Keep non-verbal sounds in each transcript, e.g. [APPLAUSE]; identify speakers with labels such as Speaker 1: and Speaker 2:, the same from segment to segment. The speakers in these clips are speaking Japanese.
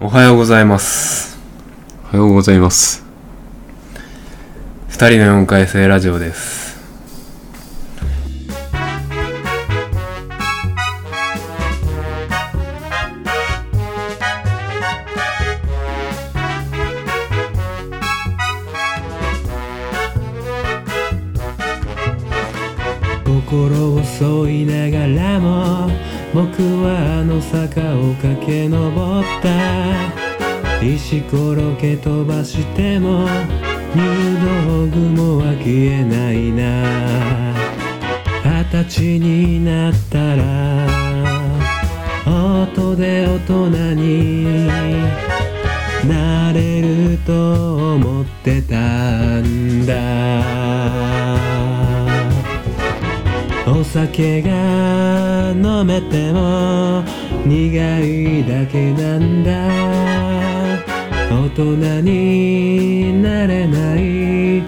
Speaker 1: おはようございます。
Speaker 2: おはようございます。
Speaker 1: 二人の4回生ラジオです。
Speaker 3: 心を沿いながらも僕はあの坂を駆け上った石ころけ飛ばしても入道雲は消えないな二十歳になったら音で大人になれると思ってたんだお酒が飲めても苦いだけなんだ大人になれない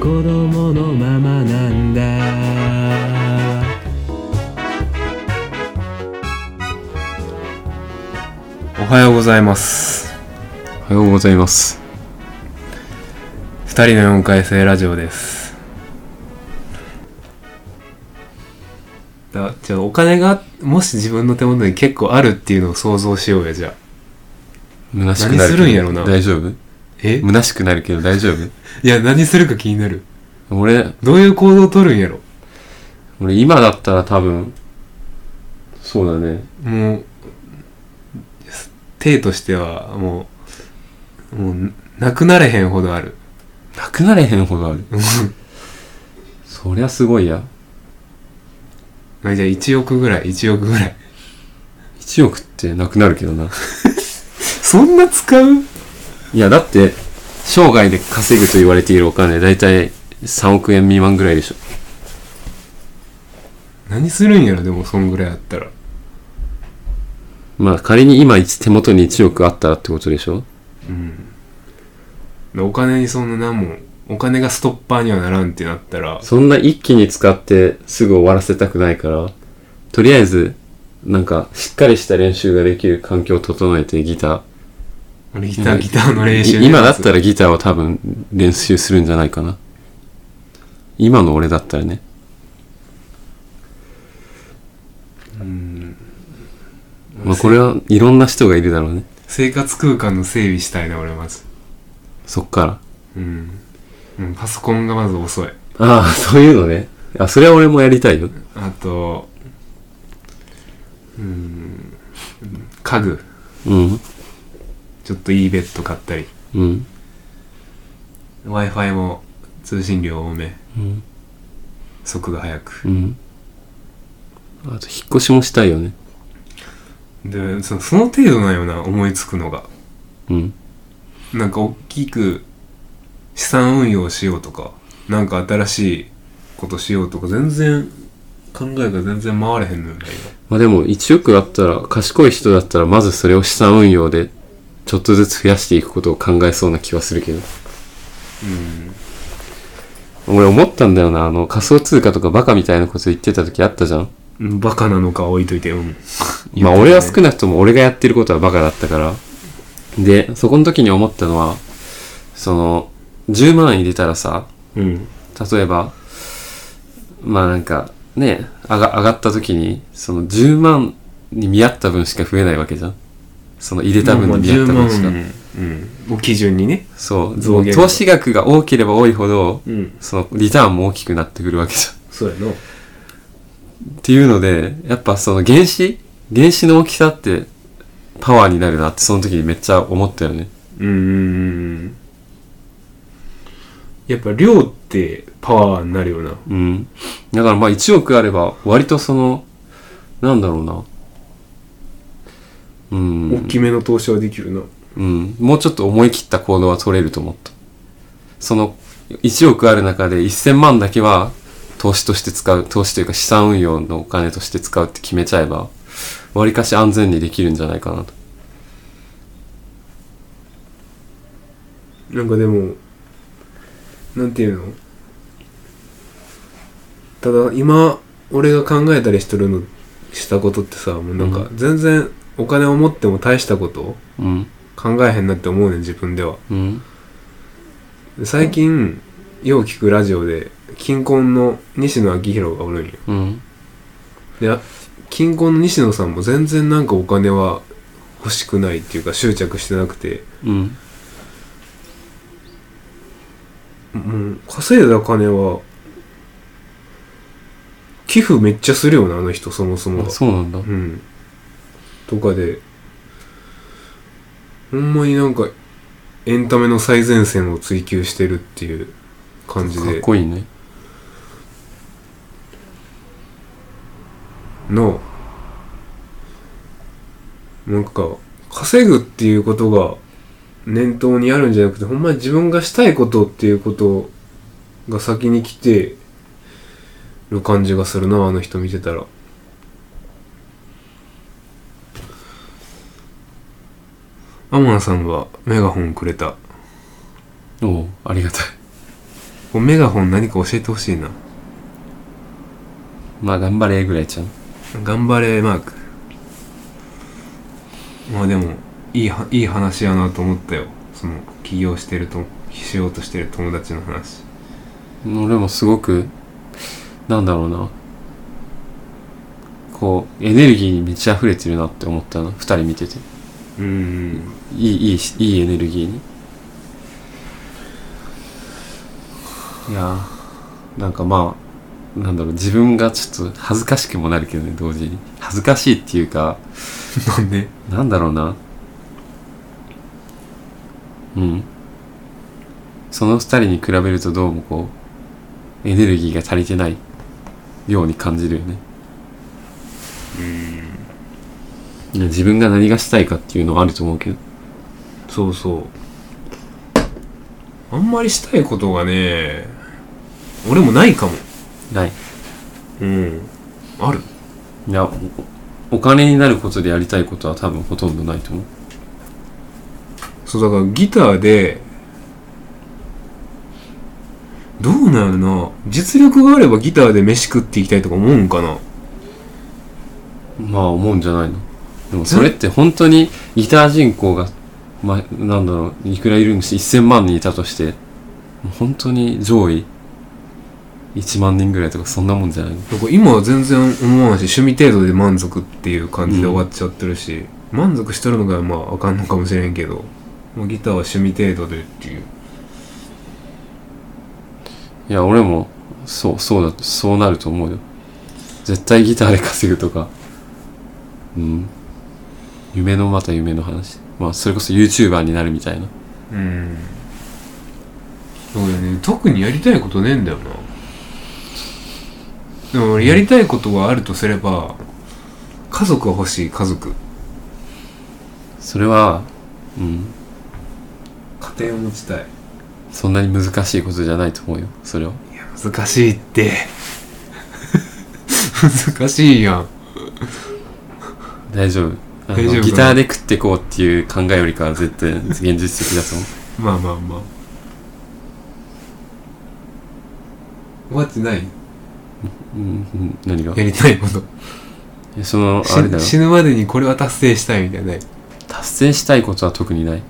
Speaker 3: 子供のままなんだ
Speaker 1: おはようございます。
Speaker 2: おはようございます。
Speaker 1: 二人の4回生ラジオです。だじゃあお金がもし自分の手元に結構あるっていうのを想像しようやじゃあ
Speaker 2: 虚しく
Speaker 1: 何
Speaker 2: なる。
Speaker 1: するんやろな
Speaker 2: 大丈夫
Speaker 1: え
Speaker 2: 虚しくなるけど大丈夫
Speaker 1: [LAUGHS] いや何するか気になる
Speaker 2: 俺、
Speaker 1: どういう行動をとるんやろ
Speaker 2: 俺今だったら多分、そうだね。
Speaker 1: もう手としてはもうもうなくなれへんほどある [LAUGHS]
Speaker 2: なくなれへんほどある。そりゃすごいや。
Speaker 1: まあじゃあ1億ぐらい1億ぐらい
Speaker 2: 1億ってなくなるけどな。
Speaker 1: そんな使う
Speaker 2: いや、だって、生涯で稼ぐと言われているお金、だいたい3億円未満ぐらいでしょ。
Speaker 1: 何するんやろでもそんぐらいあったら
Speaker 2: まあ仮に今一手元に1億あったらってことでしょ
Speaker 1: お金にそんな何もお金がストッパーにはならんってなったら
Speaker 2: そんな一気に使ってすぐ終わらせたくないから、とりあえず、なんか、しっかりした練習ができる環境を整えてギタ
Speaker 1: 俺ギタ
Speaker 2: ー。
Speaker 1: ーギターの練習
Speaker 2: い今だった
Speaker 1: ら
Speaker 2: らギターを多分練習するんじゃないかな。今の俺だったらね。まあこれはいろんな人がいるだろうね。
Speaker 1: 生活空間の整備したいな俺まず
Speaker 2: そっから。
Speaker 1: うん、うん、パソコンがまず遅い
Speaker 2: ああ、そういうのね。あ、それは俺もやりたいよ。
Speaker 1: あとうん家具
Speaker 2: うん。
Speaker 1: ちょっといいベッド買ったり
Speaker 2: うん。
Speaker 1: w i f i も通信量多め
Speaker 2: うん。
Speaker 1: 速度速く
Speaker 2: うん。あと、引っ越しもしたいよね。
Speaker 1: でそその程度なんよな思いつくのが
Speaker 2: うん。
Speaker 1: なんか大きく資産運用をしようとかなんか新しいことしようとか全然考えが全然回れへんのよね
Speaker 2: まあでも1億あったら賢い人だったらまずそれを資産運用でちょっとずつ増やしていくことを考えそうな気はするけど俺思ったんだよなあの仮想通貨とかバカみたいなこと言ってた時あったじゃん
Speaker 1: 今うんバカなのか置いといてうん
Speaker 2: まあ俺は少なくとも俺がやってることはバカだったからでそこの時に思ったのはその10万円入れたらさ
Speaker 1: うん
Speaker 2: 例えばまあなんかね上が上がった時にその10万に見合った分しか増えないわけじゃんその入れた分に見合った分しか、
Speaker 1: うん、を基準にね
Speaker 2: そう
Speaker 1: 増減が
Speaker 2: 投資額が多ければ多いほど、
Speaker 1: うん
Speaker 2: そのリターンも大きくなってくるわけじゃん。
Speaker 1: そうやの
Speaker 2: っていうので、やっぱその原子原子の大きさってパワーになるなってその時にめっちゃ思ったよね。
Speaker 1: うんうんうんやっぱ量ってパワーになるよな
Speaker 2: うん。だからまあ1億あれば割とその、なんだろうな。う
Speaker 1: 大
Speaker 2: ん。
Speaker 1: きめの投資はできるな
Speaker 2: うん。もうちょっと思い切った行動は取れると思った。その1億ある中で1000万だけは投資として使う、投資というか資産運用のお金として使うって決めちゃえば、わりかし安全にできるんじゃないかなと。
Speaker 1: なんかでもなんていうのただ今俺が考えたりしとるのしたことってさもうなんか全然お金を持っても大したこと
Speaker 2: うん。
Speaker 1: 考えへんなって思うねん自分では
Speaker 2: うん
Speaker 1: で最近よう聞くラジオで近婚の西野昭弘がおるんよ
Speaker 2: うん
Speaker 1: であ近婚の西野さんも全然なんかお金は欲しくないっていうか執着してなくて
Speaker 2: うん
Speaker 1: もう稼いだ金は寄付めっちゃするよなあの人そもそも
Speaker 2: あ
Speaker 1: が
Speaker 2: そうなんだ
Speaker 1: うんとかでほんまになんかエンタメの最前線を追求してるっていう感じ
Speaker 2: かっ
Speaker 1: で
Speaker 2: こいいね
Speaker 1: のなんか稼ぐっていうことが念頭にあるんじゃなくてほんまに自分がしたいことっていうことが先に来てる感じがするなあの人見てたらアマンさんがメガホンくれた
Speaker 2: おおありがたい [LAUGHS]
Speaker 1: これメガホン何か教えてほしいな
Speaker 2: まあ頑張れぐらいちゃん
Speaker 1: 頑張れマークまあでもいいはいい話やなと思ったよその起業してるとしようとしてる友達の話
Speaker 2: 俺もすごくなんだろうなこうエネルギーに満ち溢れてるなって思ったな二人見てて
Speaker 1: うーん
Speaker 2: いいいいしいいエネルギーにいやーなんかまあなんだろう自分がちょっと恥ずかしくもなるけどね同時に恥ずかしいっていうか
Speaker 1: なんで
Speaker 2: なんだろうな。うん。その二人に比べるとどうもこう、エネルギーが足りてないように感じるよね。うん。自分が何がしたいかっていうのはあると思うけど。
Speaker 1: そうそうあんまりしたいことがね俺もないかも
Speaker 2: ない。
Speaker 1: うんある
Speaker 2: いや、おお金になることでやりたいことは多分ほとんどないと思う。
Speaker 1: そうだからギターでどうなるな実力があればギターで飯食っていきたいとか思うんかな
Speaker 2: まあ思うんじゃないのでもそれって本当にギター人口が、まあ、なんだろういくらいるんです1000万人いたとしてもう本当に上位1万人ぐらいとかそんなもんじゃないの
Speaker 1: なんか今は全然思わないし趣味程度で満足っていう感じで終わっちゃってるし、満足しとるのがまああかんのかもしれんけどもうギターは趣味程度でっていう
Speaker 2: いや俺もそうそうだそうなると思うよ絶対ギターで稼ぐとかうん夢のまた夢の話まあそれこそ YouTuber になるみたいな
Speaker 1: うんそうだよね特にやりたいことねえんだよなでも俺やりたいことがあるとすれば家族は欲しい家族
Speaker 2: それはうん
Speaker 1: 家庭を持ちたい
Speaker 2: そんなに難しいことじゃないと思うよそれは
Speaker 1: 難しいって [LAUGHS] 難しいやん
Speaker 2: 大丈夫あの
Speaker 1: 大丈夫かな
Speaker 2: ギターで食ってこうっていう考えよりかは絶対現実的だと
Speaker 1: まあ
Speaker 2: 思、
Speaker 1: まあまあ終わってないう
Speaker 2: うんうん、何が
Speaker 1: やりたいこと
Speaker 2: いやそのあれだ
Speaker 1: 死死
Speaker 2: ろ
Speaker 1: ぬまでにこれは達成したいみたいなない
Speaker 2: 達成したいことは特にない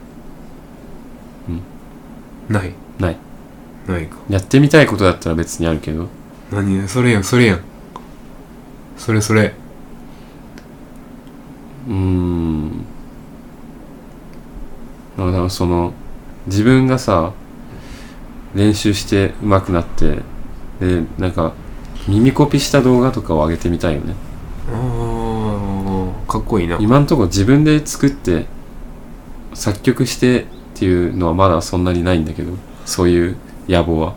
Speaker 1: ない
Speaker 2: ない
Speaker 1: ないか
Speaker 2: やってみたいことだったら別にあるけど
Speaker 1: 何それやんそれやんそれそれ
Speaker 2: うーんなんだろうその自分がさ練習して上手くなってでなんか耳コピした動画とかを上げてみたいよね
Speaker 1: ああかっこいいな
Speaker 2: 今んとこ自分で作って作曲してっていうのはまだそんなにないんだけどそういう野望は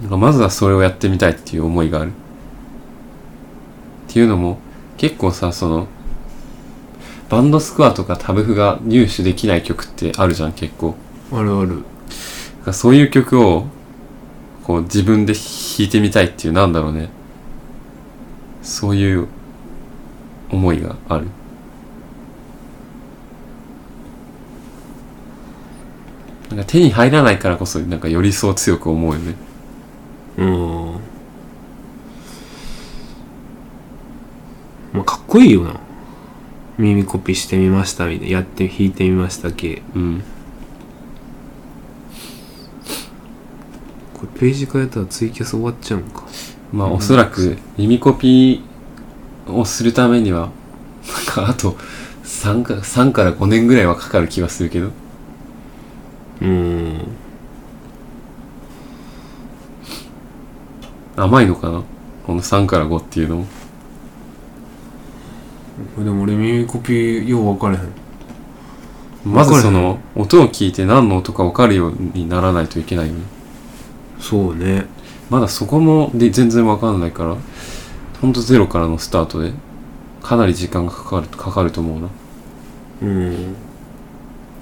Speaker 2: なんかまずはそれをやってみたいっていう思いがあるっていうのも結構さそのバンドスコアとかタブ譜が入手できない曲ってあるじゃん結構
Speaker 1: あるある
Speaker 2: なんかそういう曲をこう自分で弾いてみたいっていうなんだろうねそういう思いがあるなんか手に入らないからこそなんかよりそう強く思うよね
Speaker 1: うんまあかっこいいよな耳コピーしてみましたみたいなやって弾いてみました系
Speaker 2: うん
Speaker 1: これページ変えたらツイキャス終わっちゃうんか
Speaker 2: まあおそらく耳コピーをするためにはなんかあと3か3から5年ぐらいはかかる気はするけど
Speaker 1: うーん
Speaker 2: 甘いのかなこの3から5っていうのも
Speaker 1: でも俺耳コピーよう分からへん
Speaker 2: まずそ
Speaker 1: わ
Speaker 2: の音を聞いて何の音か分かるようにならないといけないよね
Speaker 1: そうね
Speaker 2: まだそこもで全然わかんないから、ほんとゼロからのスタートで、かなり時間がかかる、かかると思うな。
Speaker 1: うん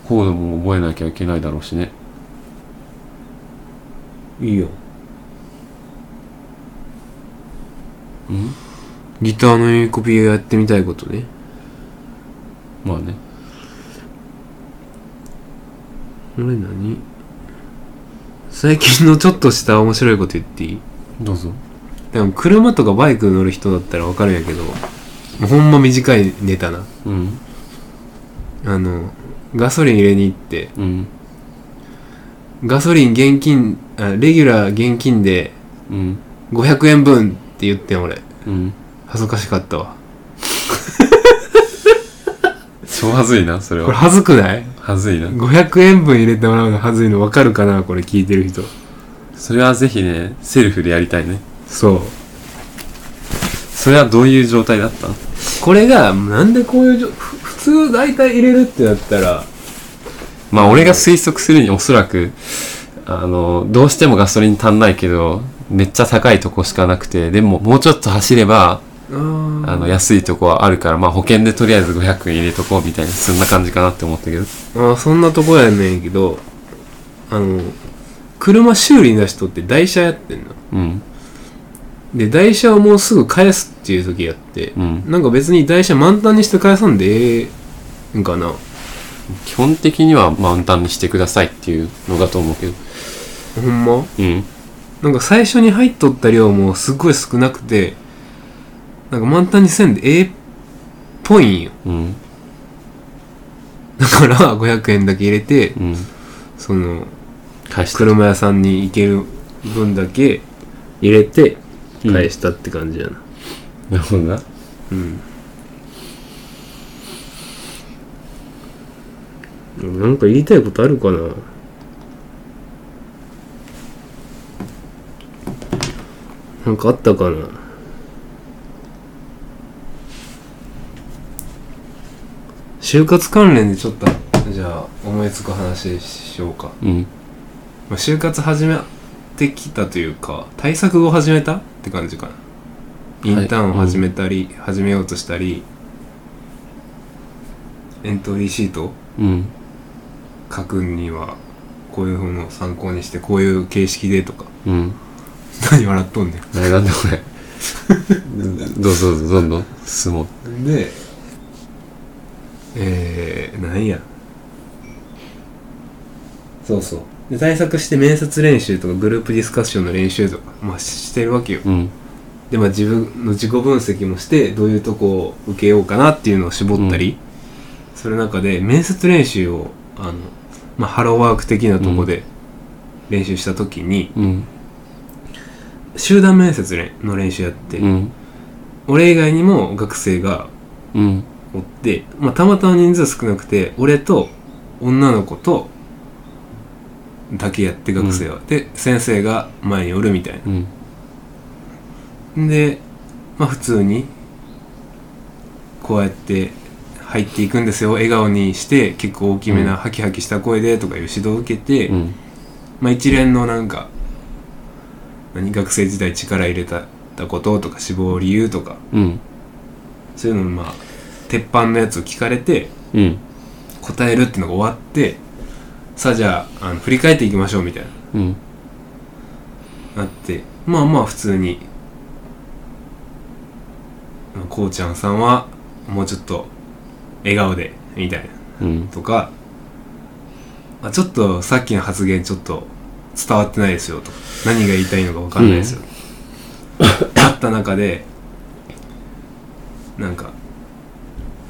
Speaker 2: コードも覚えなきゃいけないだろうしね。
Speaker 1: いいよ
Speaker 2: うん
Speaker 1: ギターの耳コピーをやってみたいことね
Speaker 2: まあね。
Speaker 1: これ何最近のちょっとした面白いこと言っていい
Speaker 2: どうぞ。
Speaker 1: でも車とかバイク乗る人だったら分かるんやけどもうほんま短いネタな
Speaker 2: うん。
Speaker 1: あのガソリン入れに行って
Speaker 2: うん。
Speaker 1: ガソリン現金あレギュラー現金で
Speaker 2: うん。
Speaker 1: 500円分って言ってん俺
Speaker 2: うん。
Speaker 1: 恥ずかしかったわ
Speaker 2: 超はずいな、それ
Speaker 1: これ
Speaker 2: は。
Speaker 1: 恥ずくない
Speaker 2: はずいな。
Speaker 1: 500円分入れてもらうの恥ずいの分かるかなこれ聞いてる人
Speaker 2: それはぜひね、セルフでやりたいね。
Speaker 1: そう
Speaker 2: それはどういう状態だった
Speaker 1: これがなんでこういうじょふ普通大体入れるってなったら
Speaker 2: まあ俺が推測するにおそらく、あの、どうしてもガソリン足んないけど、めっちゃ高いとこしかなくて、でももうちょっと走れば、
Speaker 1: あー
Speaker 2: あの、安いとこはあるから、まあ保険でとりあえず500円入れとこうみたいな、そんな感じかなって思ったけ
Speaker 1: あ
Speaker 2: ど。
Speaker 1: ーそんなとこやねんけどあの車修理に出しとって台車やってんの
Speaker 2: うん。
Speaker 1: で台車をもうすぐ返すっていう時やって、
Speaker 2: うん。
Speaker 1: なんか別に台車満タンにして返さんでええんかな
Speaker 2: 基本的には満タンにしてくださいっていうのだと思うけど。
Speaker 1: ほんま
Speaker 2: うん。
Speaker 1: なんか最初に入っとった量もすごい少なくてなんか満タンにせんでええっぽいんよ
Speaker 2: うん。
Speaker 1: だから500円だけ入れて
Speaker 2: うん。
Speaker 1: その
Speaker 2: 返して。
Speaker 1: 車屋さんに行ける分だけ入れて
Speaker 2: うん
Speaker 1: 返したって感じやな
Speaker 2: なるほどな。
Speaker 1: うん、なんか言いたいことあるかななんかあったかな就活関連でちょっとじゃあ思いつく話しようか
Speaker 2: うん。
Speaker 1: まあ就活始めてきたというか対策を始めたって感じかなインターンを始めたり、始めようとしたりエントリーシート
Speaker 2: うん。
Speaker 1: 書くにはこういうものを参考にしてこういう形式でとか [LAUGHS]
Speaker 2: うん。
Speaker 1: 何笑っとんね
Speaker 2: あれなんだこれ。どうぞどうぞ、どんどん進もう。
Speaker 1: んでえー、なんやそうそうで対策して面接練習とかグループディスカッションの練習とか、まあ、してるわけよ
Speaker 2: うん。
Speaker 1: で、まあ、自分の自己分析もしてどういうとこを受けようかなっていうのを絞ったり、それの中で面接練習をあの、まあ、ハローワーク的なとこで練習した時に、
Speaker 2: うん。
Speaker 1: 集団面接れんの練習やって、
Speaker 2: うん。
Speaker 1: 俺以外にも学生が
Speaker 2: うん。
Speaker 1: おって、まあ、たまたま人数少なくて俺と女の子とだけやって学生は、で先生が前におるみたいな。
Speaker 2: うん。
Speaker 1: でまあ普通にこうやって入っていくんですよ笑顔にして結構大きめ
Speaker 2: うん
Speaker 1: なハキハキした声でとかいう指導を受けて、
Speaker 2: うん。
Speaker 1: まあ一連のなんか何学生時代力入れたこととか志望理由とか
Speaker 2: うん。
Speaker 1: そういうののまあ鉄板のやつを聞かれて
Speaker 2: うん。
Speaker 1: 答えるっていうのが終わってさあじゃああの振り返っていきましょうみたいな
Speaker 2: うん。
Speaker 1: なってまあまあ普通にまあこうちゃんさんはもうちょっと笑顔でみたいな
Speaker 2: うん。
Speaker 1: とかあちょっとさっきの発言ちょっと伝わってないですよとか何が言いたいのか分かんないですよ、あった中でなんか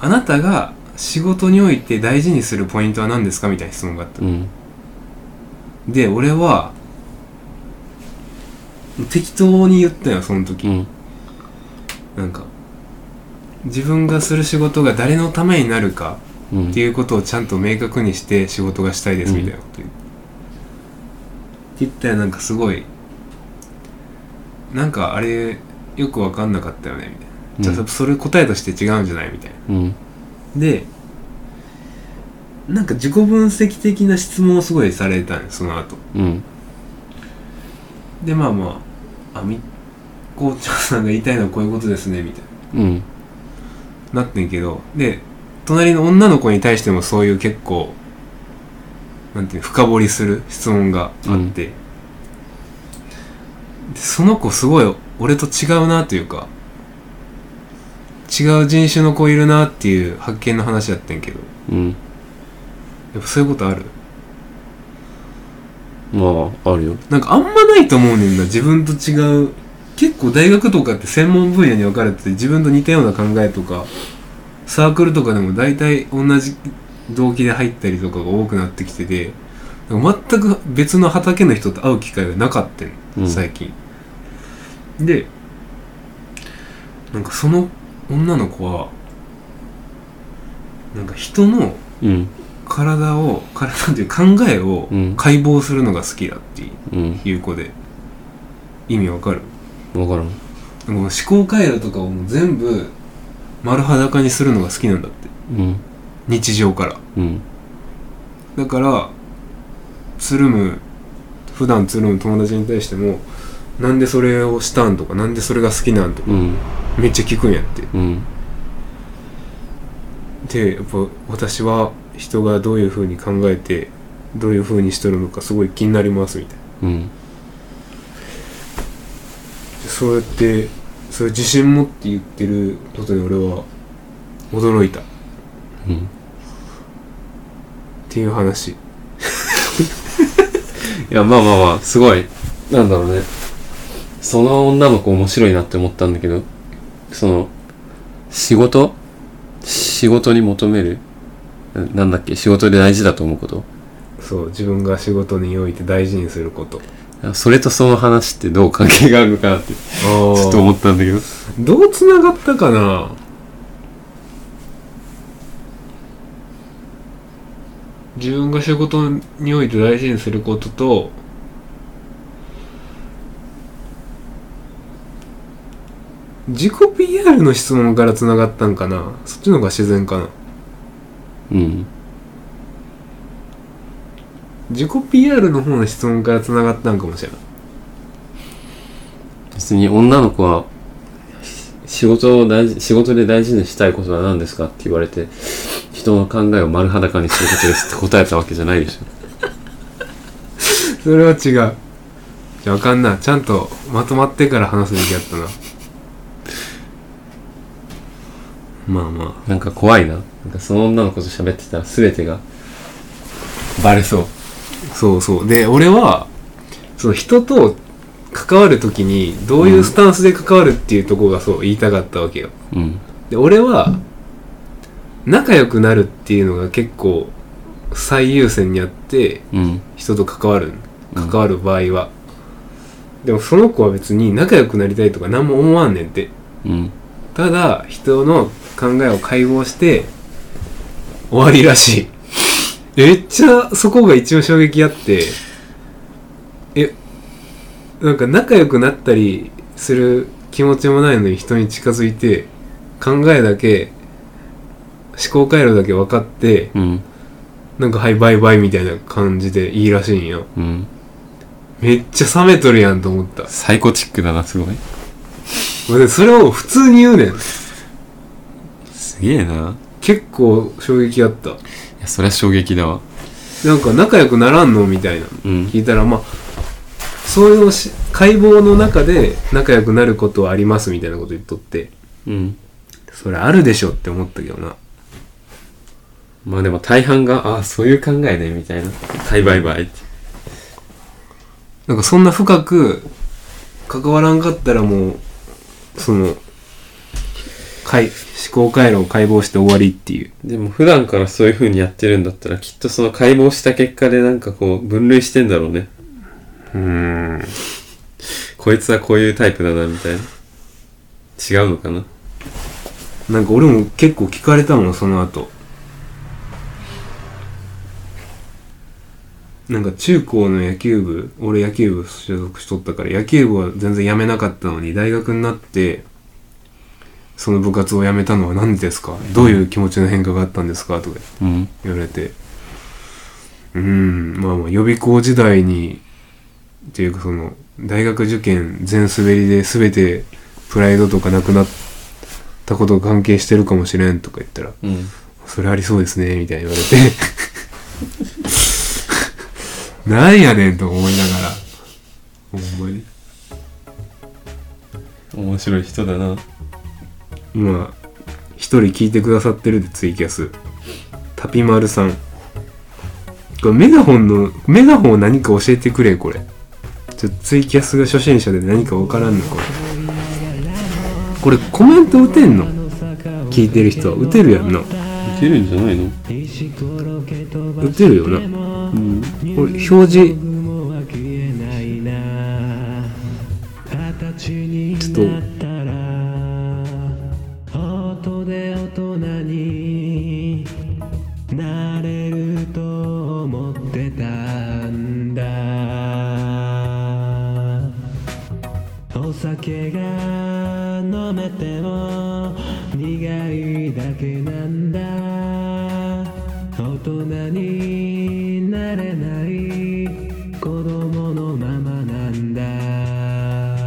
Speaker 1: あなたが仕事において大事にするポイントは何ですかみたいな質問があった
Speaker 2: う。ん
Speaker 1: で、俺は、適当に言ったよ、その時。
Speaker 2: うん
Speaker 1: なんか、自分がする仕事が誰のためになるか
Speaker 2: うん
Speaker 1: っていうことをちゃんと明確にして仕事がしたいですみたいなこと言う言ったらなんかすごいなんかあれよく分かんなかったよねみたいな、じゃあ
Speaker 2: う
Speaker 1: そ
Speaker 2: ん
Speaker 1: それ答えとして違うんじゃないみたいな
Speaker 2: うん
Speaker 1: でなんか自己分析的な質問をすごいされたんよその後
Speaker 2: うん
Speaker 1: でまあまああみ校長さんが言いたいのはこういうことですねみたいな
Speaker 2: うん
Speaker 1: なってんけどで隣の女の子に対してもそういう結構なんていうの深掘りする質問があって、でその子すごい俺と違うなというか違う人種の子いるなっていう発見の話やってんけど
Speaker 2: うん
Speaker 1: やっぱそういうことある
Speaker 2: まああるよ
Speaker 1: なんかあんまないと思うねんな自分と違う結構大学とかって専門分野に分かれてて自分と似たような考えとかサークルとかでも大体同じ動機で入ったりとかが多くなってきててなんか全く別の畑の人と会う機会がなかったん、
Speaker 2: うん
Speaker 1: 最近でなんかその女の子はなんか人の
Speaker 2: うん
Speaker 1: 体を体っていう考えを
Speaker 2: うん
Speaker 1: 解剖するのが好きだっていう
Speaker 2: うん
Speaker 1: 有効で意味わかる
Speaker 2: 分からん
Speaker 1: もう思考回路とかをもう全部丸裸にするのが好きなんだって
Speaker 2: うん
Speaker 1: 日常から
Speaker 2: うん
Speaker 1: だからつるむ普段つるむ友達に対してもなんでそれをしたんとかなんでそれが好きなんとか
Speaker 2: うん
Speaker 1: めっちゃ聞くんやって
Speaker 2: うん
Speaker 1: でやっぱ私は人がどういう風に考えてどういう風にしとるのかすごい気になりますみたいな
Speaker 2: うん
Speaker 1: そうやってそれ自信持って言ってることに俺は驚いた
Speaker 2: うん
Speaker 1: っていう話
Speaker 2: いやまあまあまあすごいなんだろうねその女の子面白いなって思ったんだけどその仕事仕事に求めるななんだっけ仕事で大事だと思うこと
Speaker 1: そう自分が仕事において大事にすること
Speaker 2: それとその話ってどう関係があるのかなってちょっと思ったんだけど
Speaker 1: どうつながったかな自分が仕事において大事にすることと自己 PR の質問からつながったんかなそっちの方が自然かな
Speaker 2: うん
Speaker 1: 自己 PR の方の質問からつながったんかもしれない
Speaker 2: 別に女の子はし仕事を大事仕事で大事にしたいことは何ですかって言われて人の考えを丸裸にすることですって答えたわけじゃないでしょ
Speaker 1: それは違うじゃあわかんないちゃんとまとまってから話すべきやったなまあま
Speaker 2: なんか怖いな。なんかその女の子と喋ってたら全てがバレそう。
Speaker 1: あそうそうで俺はその人と関わる時にどういうスタンスで関わるっていうところがそう言いたかったわけよ
Speaker 2: うん。
Speaker 1: で俺は仲良くなるっていうのが結構最優先にあって
Speaker 2: うん。
Speaker 1: 人と関わる
Speaker 2: うん
Speaker 1: 関わる場合は、でもその子は別に仲良くなりたいとか何も思わんねんって
Speaker 2: うん。
Speaker 1: ただ人の考えを解剖して終わりらしいめっちゃそこが一応衝撃あってえなんか仲良くなったりする気持ちもないのに人に近づいて考えだけ思考回路だけ分かって
Speaker 2: うん。
Speaker 1: なんかはいバイバイみたいな感じでいいらしいんよ
Speaker 2: うん。
Speaker 1: めっちゃ冷めとるやんと思った
Speaker 2: サイコチックだな、すごい。
Speaker 1: 俺それを普通に言うねん
Speaker 2: すげえな。
Speaker 1: 結構衝撃あった
Speaker 2: いや、そりゃ衝撃だわ。
Speaker 1: なんか仲良くならんのみたいな
Speaker 2: うん。
Speaker 1: 聞いたらまあそういうし解剖の中で仲良くなることはありますみたいなこと言っとって
Speaker 2: うん。
Speaker 1: それあるでしょって思ったけどな
Speaker 2: まあでも大半が、ああ、そういう考えね、みたいな。はい、バイバイって。
Speaker 1: なんかそんな深く関わらんかったらもうそのかい思考回路を解剖して終わりっていう
Speaker 2: でも普段からそういう風にやってるんだったらきっとその解剖した結果でなんかこう分類してんだろうね
Speaker 1: うん
Speaker 2: こいつはこういうタイプだなみたいな違うのかな
Speaker 1: なんか俺も結構聞かれたもんその後なんか中高の野球部俺野球部所属しとったから野球部は全然辞めなかったのに大学になってその部活を辞めたのは何でですかどういう気持ちの変化があったんですかとか
Speaker 2: うん
Speaker 1: 言われてうんまあまあ予備校時代にっていうかその大学受験全滑りで全てプライドとかなくなったことが関係してるかもしれんとか言ったら
Speaker 2: うん
Speaker 1: 「それありそうですね」みたいに言われてなんやねんと思いながらほんまに
Speaker 2: 面白い人だな
Speaker 1: まあ一人聞いてくださってるでツイキャスタピマルさんこれメガホンのメガホンを何か教えてくれこれちょっとツイキャスが初心者で何か分からんのこれこれコメント打てんの聞いてる人は打てるやんない
Speaker 2: けるんじゃないの
Speaker 1: 打てるよな
Speaker 2: うん
Speaker 1: これ表示ちょっ
Speaker 3: 音で大人になれると思ってたんだお酒が飲めても苦いだけなんだ大人になれない子供のままなんだ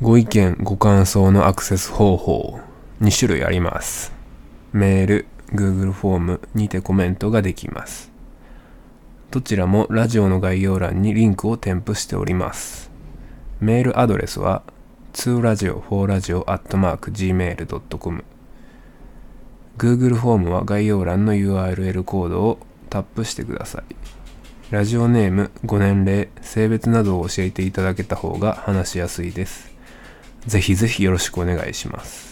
Speaker 1: ご意見ご感想のアクセス方法2種類ありますメール Google フォームにてコメントができますどちらもラジオの概要欄にリンクを添付しておりますメールアドレスは 2radio4radio.gmail.com Google フォームは概要欄の URL コードをタップしてくださいラジオネーム、ご年齢、性別などを教えていただけた方が話しやすいです。ぜひぜひよろしくお願いします。